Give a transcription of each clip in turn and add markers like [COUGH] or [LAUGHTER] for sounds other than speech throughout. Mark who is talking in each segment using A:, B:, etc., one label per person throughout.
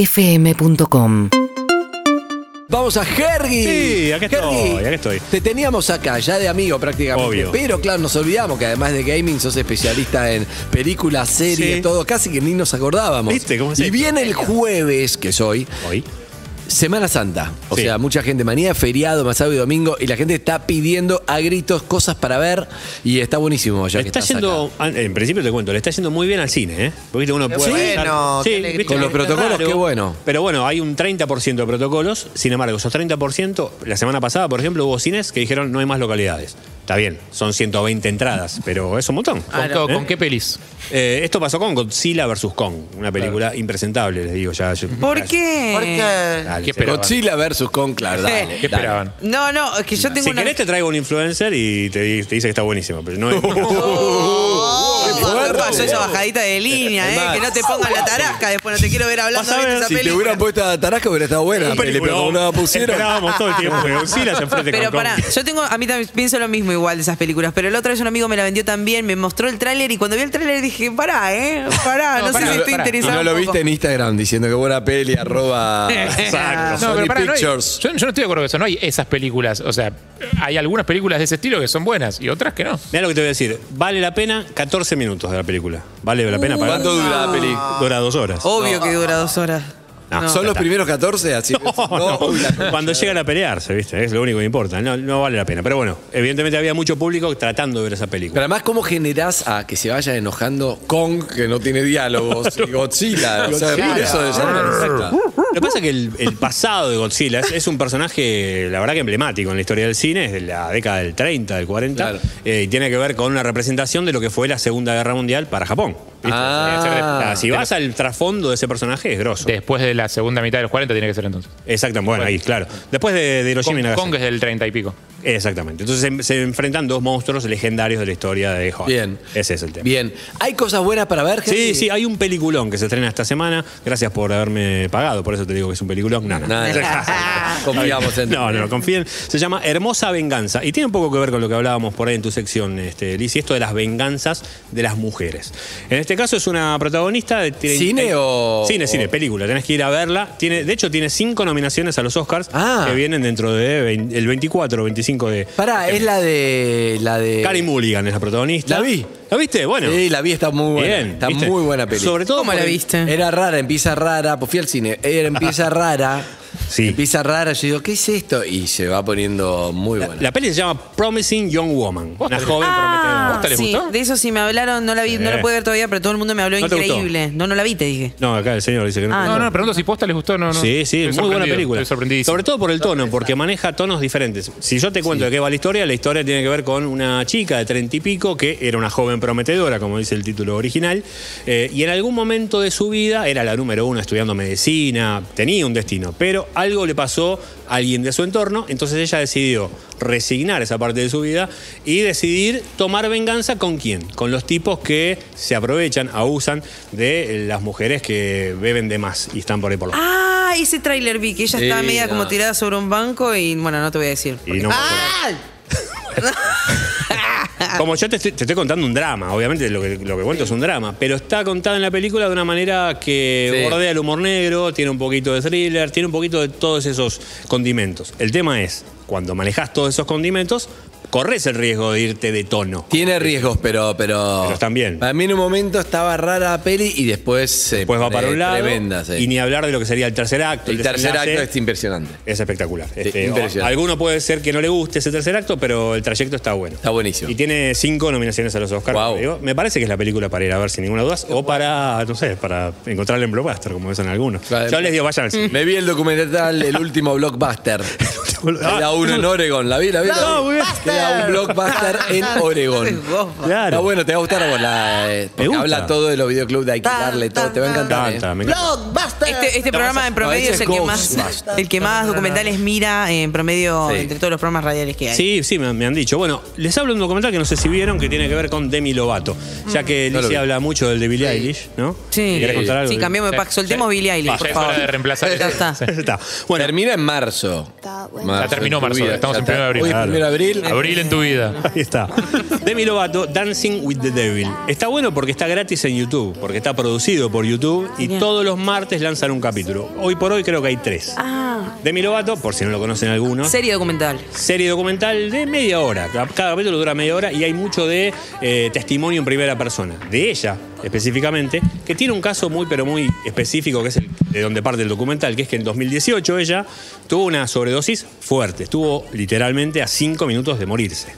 A: urbanaplayfm.com
B: Vamos a Hergy.
C: Sí, acá estoy,
B: Hergy,
C: acá estoy.
B: Te teníamos acá, ya de amigo prácticamente.
C: Obvio.
B: Pero claro, nos olvidamos que además de gaming sos especialista en películas, series,
C: Sí.
B: todo. Casi que ni nos acordábamos.
C: ¿Viste cómo es
B: y
C: esto?
B: viene el jueves, que soy,
C: Hoy.
B: Semana Santa. O
C: Sí.
B: sea, mucha gente, mañana es feriado, más sábado y domingo, y la gente está pidiendo a gritos cosas para ver. Y está buenísimo ya que
C: está
B: estás acá.
C: yendo, an- en principio te cuento, le está yendo muy bien al cine, ¿eh? Porque viste, uno
D: Qué
C: puede
D: bueno,
C: estar-
D: qué
C: Sí,
D: alegría.
C: viste,
B: Con los
C: está
B: protocolos, qué bueno.
C: Pero bueno, hay un 30% de protocolos, sin embargo, esos 30%, la semana pasada, por ejemplo, hubo cines que dijeron no hay más localidades. Está bien, son 120 entradas, pero es un montón.
E: ¿Con,
C: ¿Eh?
E: co- con qué pelis?
C: Eh, esto pasó con Godzilla vs. Kong, una película impresentable, les digo ya. yo-
F: ¿Por qué?
D: Porque.
C: Dale,
E: ¿Qué
C: se-
E: esperaban?
B: Godzilla versus Kong,
C: [LAUGHS]
B: claro. dale, dale.
F: ¿Qué
E: esperaban?
F: No, no, es que yo tengo
C: Si
F: una.
C: querés te traigo un influencer y te, di- te dice que está buenísimo, pero no es...
E: [LAUGHS]
C: [LAUGHS]
F: Oh,
B: Qué fuerte.
F: pasó esa bajadita de línea,
B: Es
F: eh,
B: más.
F: que no te pongan la tarasca, después no te quiero ver hablando
C: Vas a
F: de
C: ver si
F: esa
B: Si te
F: película.
B: hubieran puesto a Tarasca hubiera estado buena la peli, pero como no la pusieron.
C: Esperábamos todo el
B: Ah.
C: tiempo que Godzilla se enfrente
F: Pero
C: con Kong.
F: pará, yo tengo, a mí también pienso lo mismo igual de esas películas, pero la otra vez un amigo me la vendió también, me mostró el tráiler y cuando vi el tráiler dije, pará, eh, pará, no,
E: No,
F: sé
E: pará,
F: si estoy
E: pará.
B: Y
F: interesado.
B: no
F: un
B: lo
F: poco.
B: viste en Instagram diciendo que buena peli, arroba.
C: Exacto.
B: Sony
E: pará, no hay-
B: Pictures.
E: yo, yo no estoy de acuerdo con eso. No hay esas películas. O sea, hay algunas películas de ese estilo que son buenas y otras que no.
C: Mira lo que te voy a decir. Vale la pena 14 minutos de la película. Vale la
F: Uh,
C: pena pagar.
B: ¿Cuánto dura la peli?
C: Dura dos horas.
F: Obvio que dura dos horas.
C: No.
B: ¿Son los
C: está.
B: primeros 14? Así que-
C: [LAUGHS] No,
B: no,
C: no.
B: uy, la concha.
C: Cuando llegan a pelearse, ¿viste? Es lo único que importa. No, no vale la pena. Pero bueno, evidentemente había mucho público tratando de ver esa
B: Pero
C: película.
B: además, ¿cómo generás a que se vaya enojando Kong, que no tiene diálogos, y Godzilla? O sea, por eso de ser racista.
C: Lo que pasa es que el, el pasado de Godzilla es, es un personaje, la verdad que emblemático en la historia del cine, es de la década del 30, del 40,
B: Claro.
C: eh, y tiene que ver con una representación de lo que fue la Segunda Guerra Mundial para Japón. ¿viste?
B: Ah.
C: si vas al trasfondo de ese personaje, es grosso.
E: Después de la segunda mitad de los 40 tiene que ser entonces.
C: Exactamente, bueno, ahí, claro. Después de, de Hiroshima y
E: Kong,
C: Nagasaki.
E: Kong es del 30 y pico.
C: Exactamente. Entonces em- se, enfrentan dos monstruos legendarios de la historia de Hollywood.
B: Bien.
C: Ese es el tema.
B: Bien. ¿Hay cosas buenas para ver,
C: Sí,
B: gente?
C: sí, hay un peliculón que se estrena esta semana. Gracias por haberme pagado, por eso te digo que es un peliculón. No, [LAUGHS] no.
B: [LAUGHS] Nada. Ah, Confiamos en ti.
C: No, no, confíen. Se llama Hermosa Venganza. Y tiene un poco que ver con lo que hablábamos por ahí en tu sección, este, Liz, y esto de las venganzas de las mujeres. En este caso es una protagonista de. tiene-
B: ¿Cine
C: eh,
B: o-
C: Cine, cine, película. Tenés que ir a verla. Tiene, de hecho, tiene cinco nominaciones a los Oscars
B: Ah.
C: que vienen dentro de vein- el 24 o 25 de.
B: Pará, es la de. La de.
C: Carrie Mulligan es la protagonista.
B: La vi.
C: ¿La viste? Bueno.
B: Sí, la vi, está muy buena.
C: Bien,
B: está
C: ¿viste?
B: muy buena peli.
C: Sobre todo
F: ¿Cómo la
C: por el-
F: viste?
B: Era rara, empieza rara, pues fui al cine, era, empieza
C: [LAUGHS]
B: rara,
C: Sí.
B: empieza rara, yo digo, ¿qué es esto? Y se va poniendo muy
C: La,
B: buena.
C: la peli se llama Promising Young Woman. Una
E: tenés-
C: joven
F: Ah,
E: ¿Posta les
F: sí,
E: gustó?
F: de eso sí me hablaron, no la vi, no
C: Sí.
F: la pude ver todavía, pero todo el mundo me habló
C: ¿No te gustó?
F: increíble. No, no la vi, te dije.
C: prometedora. No, acá el señor dice que no.
F: Ah,
E: No, no, pregunto si posta les gustó o no, no.
C: Sí, sí, muy
E: Estoy
C: buena
E: sorprendido,
C: película.
E: Estoy sorprendidísimo.
C: Sobre todo por el tono, porque maneja tonos diferentes. Si yo te cuento de qué va la historia, la historia tiene que ver con una chica de treinta y pico que era una joven prometedora, como dice el título original, eh, y en algún momento de su vida era la número uno estudiando medicina, tenía un destino, pero algo le pasó a alguien de su entorno, entonces ella decidió resignar esa parte de su vida y decidir tomar venganza con quién, con los tipos que se aprovechan, abusan de eh, las mujeres que beben de más y están por ahí por los
F: Ah, ese tráiler vi que ella
B: Sí,
F: estaba media
B: no.
F: como tirada sobre un banco y bueno, no te voy a decir.
C: Y no me acuerdo. [LAUGHS] Como yo te estoy, te estoy contando un drama, obviamente lo que, lo que cuento es un drama, pero está contada en la película de una manera que
B: Sí.
C: bordea el humor negro, tiene un poquito de thriller, tiene un poquito de todos esos condimentos. El tema es, cuando manejas todos esos condimentos, corres el riesgo de irte de tono.
B: Tiene riesgos, pero, pero.
C: Pero están bien.
B: Para mí en un momento estaba rara la peli y después se.
C: Después va
B: pone
C: para un lado
B: Tremenda, sí.
C: y ni hablar de lo que sería el tercer acto.
B: el tercer
C: desenlace.
B: acto es impresionante.
C: Es espectacular. Este,
B: impresionante.
C: o- alguno puede ser que no le guste ese tercer acto, pero el trayecto está bueno.
B: Está buenísimo.
C: Y tiene cinco nominaciones a los Oscars.
B: Guau.
C: me parece que es la película para ir a ver sin ninguna duda. O para, no sé, para encontrarla en Blockbuster, como dicen algunos.
B: Claro. Mm.
C: Yo les digo, vayan
B: [LAUGHS]
C: al cine.
B: Me vi el documental El último
C: [LAUGHS]
B: blockbuster.
C: Ah,
B: Era uno en Oregon. La vi, la vi. la vi.
C: No, muy bien.
B: Era un blockbuster
C: [LAUGHS]
B: en Oregon. Está
C: Claro.
B: bueno, te va a gustar a vos la. eh, porque
C: Me gusta.
B: habla todo de los videoclubs de alquilarle,
F: Tan,
B: todo.
F: tan,
B: Te va a
F: tan.
B: encantar. eh.
C: Tanta, me encanta.
F: Este, este programa en
B: No, ese
F: promedio es el
B: es
F: que más
B: Ghostbusters.
F: el que más documentales mira eh, en promedio
B: Sí.
F: entre todos los programas radiales que hay.
C: Sí, sí, me, me han dicho. Bueno, les hablo de un documental que no sé si vieron que tiene que ver con Demi Lovato. Ya que
B: Mm. No lo
C: Lizzie
B: vi.
C: habla mucho del de Billie Eilish, ¿no?
F: Sí.
C: ¿Querés contar algo?
F: Sí, cambiamos de pack. Soltemos Billie Eilish,
E: Ya
F: por
E: es hora
F: favor.
E: de reemplazar.
F: Ya está.
C: [LAUGHS] Está. Bueno,
B: Termina en marzo.
G: Thought when
B: marzo.
E: Ya terminó
B: en tu
E: marzo,
B: vida.
E: estamos
B: Ya está.
E: en 1 de abril.
B: Hoy es
E: Claro.
B: primero de abril.
E: Abril en tu vida.
C: Ahí está. Demi Lovato, Dancing with the Devil. Está bueno porque está gratis en YouTube, porque está producido por YouTube y
F: Bien.
C: todos los martes lanzan un capítulo. Hoy por hoy creo que hay tres.
F: Ah,
C: Demi Lovato, por si no lo conocen algunos.
F: serie documental.
C: Serie documental de media hora. Ca- Cada capítulo dura media hora y hay mucho de eh, testimonio en primera persona. De ella, específicamente, que tiene un caso muy, pero muy específico, que es el de donde parte el documental, que es que en 2018 ella tuvo una sobredosis fuerte. Estuvo literalmente a cinco minutos de morirse.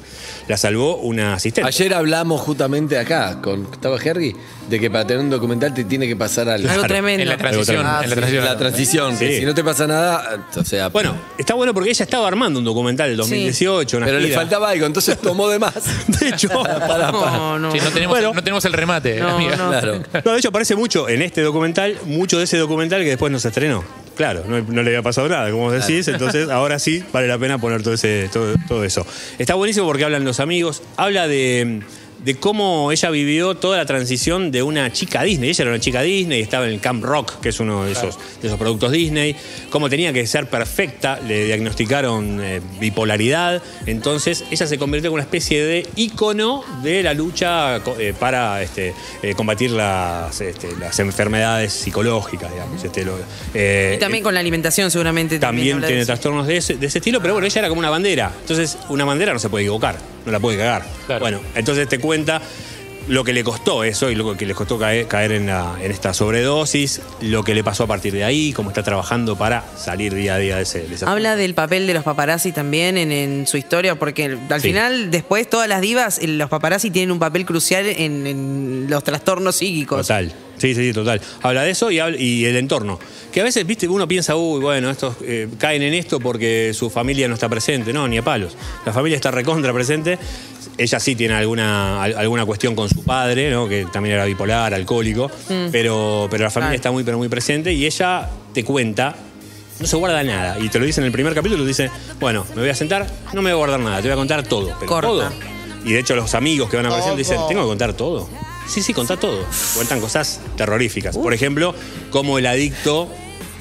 C: La salvó una asistente.
B: Ayer hablamos justamente acá con estaba Hergy de que para tener un documental te tiene que pasar algo.
F: Algo
E: En
F: tremendo.
E: la transición.
B: Ah,
E: en
B: sí,
E: la transición.
B: la transición,
C: Sí.
B: que si no te pasa nada, o sea,
C: Bueno, está bueno porque ella estaba armando un documental del 2018. una
B: pero le
C: gira.
B: faltaba algo, entonces tomó de más.
C: [LAUGHS]
B: [LAUGHS]
C: De hecho,
F: No, Ah, no.
E: Sí, no, tenemos,
C: Bueno.
E: no tenemos el remate,
F: No,
E: amiga.
F: no.
B: Claro.
C: No, de hecho aparece mucho en este documental, mucho de ese documental que después no se estrenó. Claro, no, no le había pasado nada, como vos decís, entonces ahora sí vale la pena poner todo, ese, todo, todo eso. Está buenísimo porque hablan los amigos, habla de, de cómo ella vivió toda la transición de una chica Disney. Ella era una chica Disney, estaba en el Camp Rock, que es uno de esos, de esos productos Disney, cómo tenía que ser perfecta, le diagnosticaron eh, bipolaridad, entonces ella se convirtió en una especie de ícono de la lucha co- eh, para este, eh, combatir las, este, las enfermedades psicológicas, digamos. este, lo- eh,
F: Y también con la alimentación seguramente.
C: también
F: habla de
C: tiene
F: eso.
C: trastornos de ese, de ese estilo, pero bueno, ella era como una bandera. Entonces, una bandera no se puede equivocar, no la puede cagar.
E: Claro.
C: Bueno, entonces te cuenta lo que le costó eso y lo que le costó caer, caer en, la- en esta sobredosis, lo que le pasó a partir de ahí, cómo está trabajando para salir día a día de, ese, de esa-
F: Habla del papel de los paparazzi también en, en su historia, porque el- al
C: Sí.
F: final, después, todas las divas, el- los paparazzi tienen un papel crucial en, en los trastornos psíquicos.
C: Total. Sí, sí, sí, total. Habla de eso y, habla- y el entorno. Que a veces, viste, uno piensa, uy, bueno, estos eh, caen en esto porque su familia no está presente. No, ni a palos. La familia está recontra presente. Ella sí tiene alguna, al- alguna cuestión con su padre, ¿no? Que también era bipolar, alcohólico. Pero, pero la familia
F: Mm. Claro.
C: está muy, pero muy presente. Y ella te cuenta. No se guarda nada. Y te lo dice en el primer capítulo, dice, bueno, me voy a sentar, no me voy a guardar nada, te voy a contar todo. Pero
F: Corta.
C: todo. Y de hecho los amigos que van apareciendo dicen, tengo que contar todo. Sí, sí, contá todo. Cuentan cosas terroríficas. Por ejemplo, cómo el adicto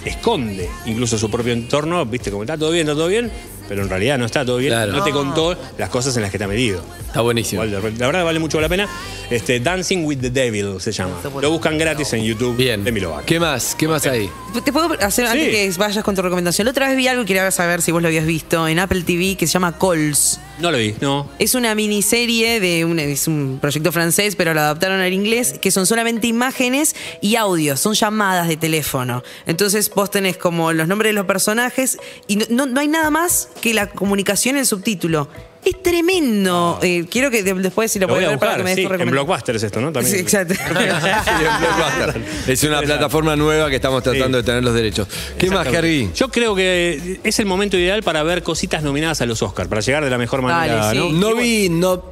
C: esconde incluso su propio entorno, viste, como está todo bien, está todo bien, pero en realidad no está todo bien.
B: Claro.
F: Ah.
C: No te contó las cosas en las que te ha medido.
B: Está buenísimo.
C: Igual, La verdad vale mucho la pena. Este, Dancing with the Devil se llama. Lo buscan gratis en YouTube
B: Bien.
C: de Milovac.
B: ¿Qué más? ¿Qué más
C: [LAUGHS]
B: hay?
F: ¿Te puedo hacer antes
C: Sí.
F: que vayas con tu recomendación? La otra vez vi algo y quería saber si vos lo habías visto en Apple TV que se llama Calls.
C: No lo vi, no.
F: Es una miniserie de un, es un proyecto francés, pero lo adaptaron al inglés, que son solamente imágenes y audios, son llamadas de teléfono. Entonces vos tenés como los nombres de los personajes y no, no- no hay nada más que la comunicación en el subtítulo. Es tremendo. Eh, quiero que de- después si lo,
C: Lo voy
F: podés
C: a
F: ver para que
C: buscar,
F: me des
C: sí.
F: tu
C: En
F: recomendación.
C: Blockbuster es esto, ¿no? También. [LAUGHS]
F: Sí, exacto. [LAUGHS]
B: Sí, en Blockbuster. es una plataforma nueva que estamos tratando
C: Sí.
B: de tener los derechos. ¿Qué más,
C: Exactamente.
B: Harry?
C: Yo creo que es el momento ideal para ver cositas nominadas a los Oscars, para llegar de la mejor manera.
F: Dale, sí.
C: ¿no?
B: No vi no,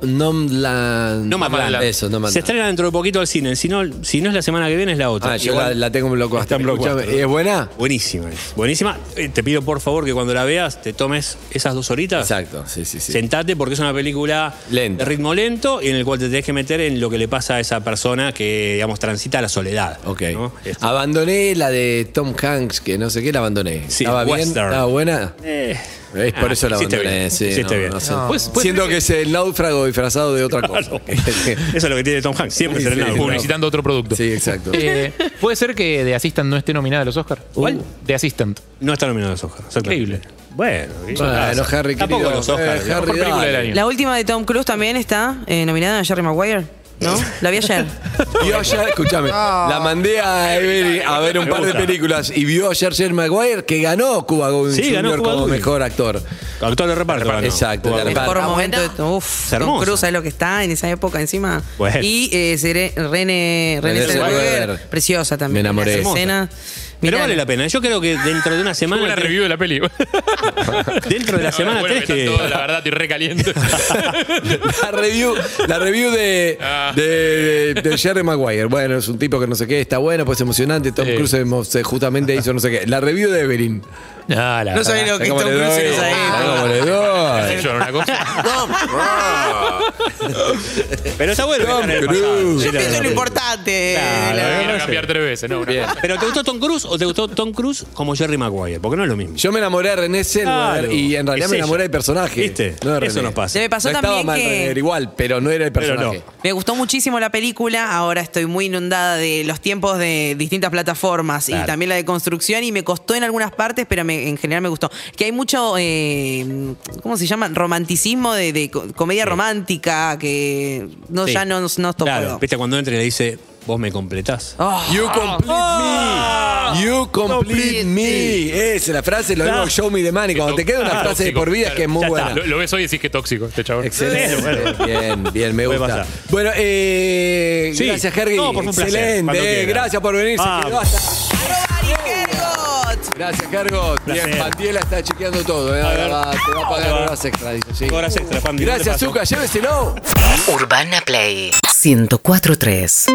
B: Nomland.
C: Nomadland.
B: Eso, Nomadland.
C: Se estrena dentro de poquito al cine. Si no, si no es la semana que viene, es la otra.
B: Ah, yo
C: Igual-
B: la, la tengo en Blockbuster.
C: Está en Blockbuster.
B: Escuchame, ¿Es buena?
C: Buenísima. es. Buenísima. Eh, Te pido por favor que cuando la veas te tomes esas dos horitas.
B: Exacto, sí, sí, sí.
C: Sentate porque es una película
B: Lenta.
C: de ritmo lento y en el cual te tenés que meter en lo que le pasa a esa persona que, digamos, transita la soledad.
B: Ok.
C: ¿no? Este,
B: Abandoné la de Tom Hanks, que no sé qué, la abandoné.
C: Sí,
B: ¿Estaba bien?
C: Western.
B: ¿Estaba buena?
C: eh, [LAUGHS]
B: Es por
C: Ah,
B: eso la
C: hiciste
B: abandoné.
C: bien,
B: sí,
C: hiciste
B: no,
C: bien.
B: no sé.
E: No. Pues- pues-
B: Siento que es el náufrago disfrazado de otra cosa. [LAUGHS]
C: eso es lo que tiene Tom Hanks. Siempre
B: Sí,
C: se le
B: sí,
C: nada.
E: Publicitando otro producto.
B: sí, exacto.
E: Eh, ¿Puede ser que The Assistant no esté nominada a los Oscars?
C: ¿Cuál?
E: The Assistant.
C: No está nominado a los Oscars. exactamente.
E: Increíble.
C: Bueno, ¿qué
B: Bueno,
C: pasa?
B: Harry,
C: Tampoco
B: querido,
C: los Oscars.
B: eh,
C: digamos.
B: Harry,
E: Mejor película
B: dale.
E: del año.
F: La última de Tom Cruise también está eh, nominada a Jerry Maguire, ¿no? La
C: [LAUGHS]
F: vi ayer.
B: Vio ayer, escúchame, la mandé a Evelyn a ver un
C: Ah. Me
B: par de
C: gusta.
B: películas y vio ayer Jerry Maguire que ganó Cuba Gooding
C: Sí, ganó
B: Jr.
C: Cuba
B: como
C: Gooding.
B: mejor
C: [LAUGHS]
B: actor.
C: Actor de reparto. ganó.
B: Exacto, de reparto.
F: Por
B: Ah,
F: momento, uff, Tom
C: hermosa.
F: Cruise, ¿sabes lo que está en esa época encima?
C: Bueno.
F: Y eh, Sere- René, René
B: René
F: Zellweger,
B: Zellweger.
F: preciosa también.
B: Me enamoré.
F: Las
B: Hermosa.
F: escenas.
C: Pero
F: Mirá,
C: vale la pena. Yo creo que dentro de una semana.
E: Buena review de la peli.
C: Dentro
E: [LAUGHS]
C: de la semana
E: bueno,
C: tenés
E: que
C: que. [LAUGHS]
E: están todos, La verdad, estoy recaliente. [LAUGHS]
B: La review, la review de,
C: Ah.
B: de, de- de Jerry Maguire. Bueno, es un tipo que no sé qué, está bueno, pues emocionante. Tom
E: Sí.
B: Cruise emo- se- justamente hizo no sé qué. La review de Evelyn.
E: no, la
F: No sabía
E: verdad.
F: lo que es
B: ¿Cómo
F: Tom
B: le doy?
F: Cruise en esa
B: ¿Cómo
F: época.
B: le doy?
E: Yo era una cosa.
C: Pero está bueno. que
B: Tom
C: estar en el
B: Cruise.
C: pasado.
B: Yo
C: Sí,
F: Yo
C: la
F: pienso en lo
C: verdad.
F: chocolate.
C: Claro,
F: La-
E: Lo
C: eh.
E: quiero cambiar tres veces, ¿no? Una
B: Bien.
E: cosa.
C: ¿Pero te gustó Tom Cruise o te gustó Tom Cruise como Jerry Maguire? Porque no es lo mismo.
B: Yo me enamoré de René Zellweger
C: Claro.
B: y en realidad
C: Es
B: me
C: ella.
B: enamoré del personaje.
C: ¿Viste?
B: no de
C: Eso
B: René.
C: nos pasa.
F: Se me pasó
B: no
F: también
B: estaba mal
F: que-
B: René, era igual, pero no era el
C: Pero
B: personaje.
C: no.
F: Me gustó muchísimo la película, ahora estoy muy inundada de los tiempos de distintas plataformas y
C: Claro.
F: también la de construcción y me costó en algunas partes, pero me- en general me gustó. Que hay mucho, eh, ¿cómo se llama? Romanticismo de, de co- comedia romántica que no,
C: Sí.
F: ya no, no topo.
C: Claro, viste cuando entra y le dice, vos me completás.
F: Oh.
B: You complete me. You complete
C: Ah. Complete
B: me. Esa es la frase, lo
C: Claro.
B: mismo show me the money. Cuando te queda una
E: Ah,
B: frase de
E: tóxico,
B: por vida es
E: claro.
B: que es muy
C: Ya está.
B: buena.
E: Lo, lo ves hoy y decís que tóxico este chabón.
B: Excelente.
C: Bueno,
B: Bien, bien, me
C: Puede
B: gusta.
C: pasar.
B: Bueno, eh,
C: Sí.
B: gracias, Hergy.
C: No, por favor, un placer.
B: Excelente.
C: Cuando
B: eh,
C: quiera.
B: gracias por venir. Se
C: Vamos.
B: quedó hasta-
F: Ari Gergot.
B: Gracias, Cargos. Bien,
C: Placer.
B: Pantiela está chequeando todo. eh.
C: A ver.
B: Ahora va- te va a pagar
C: Ahora va.
B: horas extra, dice, sí.
C: Horas extra, Pandi, no te
B: Gracias,
C: paso.
B: Zucca. Lléveselo.
A: Urbana Play 1043